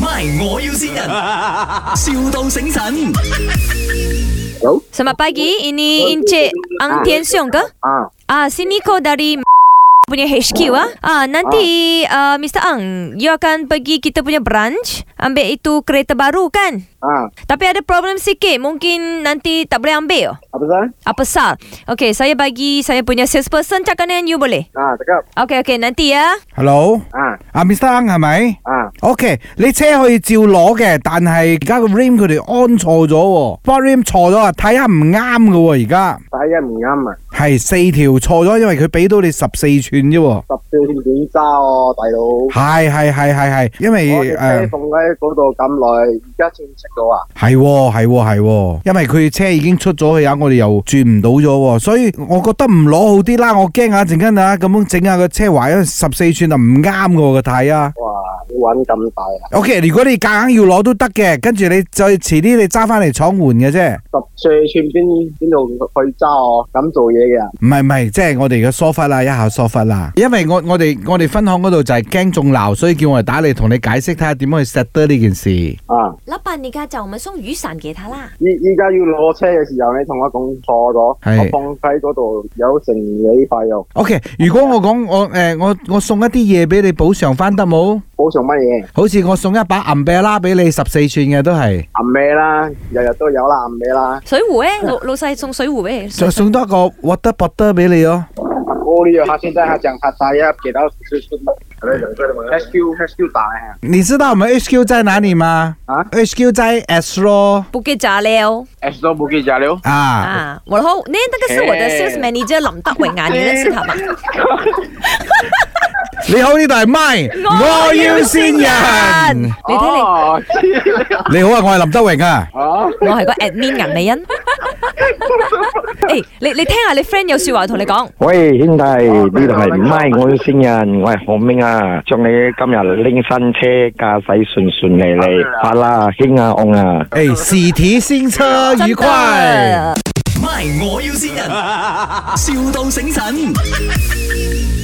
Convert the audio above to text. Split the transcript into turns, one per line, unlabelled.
MY，我要先人，, 笑到醒神。
Selamat pagi, ini Encik Ang Tian Siong ke?
Ah,
Ah, sini kau dari punya HQ ah. Ah, nanti ah, Mr. Ang, you akan pergi kita punya branch, ambil itu kereta baru kan?
ah,
Tapi ada problem sikit, mungkin nanti tak boleh ambil.
apa sah?
Apa sal? Okay, saya bagi saya punya salesperson cakap dengan you boleh?
Ah, cakap.
Okay, okay, nanti ya.
Hello，
啊
阿 Mr. Ang 係咪
啊
？OK，你車可以照攞嘅，但係而家個 rim 佢哋安錯咗喎 b o rim 錯咗啊，睇下唔啱嘅喎，而家
Saya唔啱啊，
係四條錯咗，因為佢俾到你十四寸啫喎。
十四點幾揸哦，大佬。
係係係係係，因
我
為
隻
诶
哦車放喺嗰度咁耐，而家先識到啊！
係喎係喎係喎，因為佢車已經出咗去啊，我哋又轉唔到咗喎，所以我覺得唔攞好啲啦，我驚啊陣間啊咁樣整下個車壞，因為十四寸啊唔啱嘅喎個睇啊。
哇，你玩咁大啊！
O.K. 如果你夾硬要攞都得嘅，跟住你再遲啲你揸翻嚟廠換嘅啫，
十四寸邊邊度去揸哦？咁做嘢嘅啊
唔係唔係，即係我哋嘅疏忽啦，一下疏忽啦。因為我我哋我哋分行嗰度就係驚中鬧，所以叫我哋打嚟同你解釋睇下點樣去 set 得呢件事。
啊！
老闆，你家就咪送雨傘給他啦。
依依家要攞車嘅時候，你同我講錯咗，
係
我放喺嗰度有成幾塊肉，
O.K. 如果我講我誒、呃我我送一啲嘢俾你補償翻得冇？
補償乜嘢？
好似我送一把銀啤啦俾你十四寸嘅都係，
銀咩啦，日日都有啦，銀咩啦，
水壺咧，老老細送水壺俾你。
就 送多一個 water bottle 俾你哦咯。
我哦呢樣客先真係正客晒啊，其他少少 SQ SQ 大啊！
你知道我們 H.Q 在哪裡嗎？
啊
，H.Q 在 S 咯
不給炸了
S 都冇記住了。
啊。
啊！我然后那那个是我的
哎
sales manager 林德荣啊，你认识他吗？
你好，呢度系麦， 我要先人。
你睇
哦，知
你好啊，我系林德荣 啊。
啊，
你，我系个 admin 顏 美欣。 诶，你你听下你 friend 有说话同你讲，
喂，兄弟，呢度系唔咪我要先人，我系何明啊，祝你今日拎新车駕駛順順利利，發啦，興啊，昂啊！
诶，喜提新车愉快。
MY，我要先人，,笑到醒神。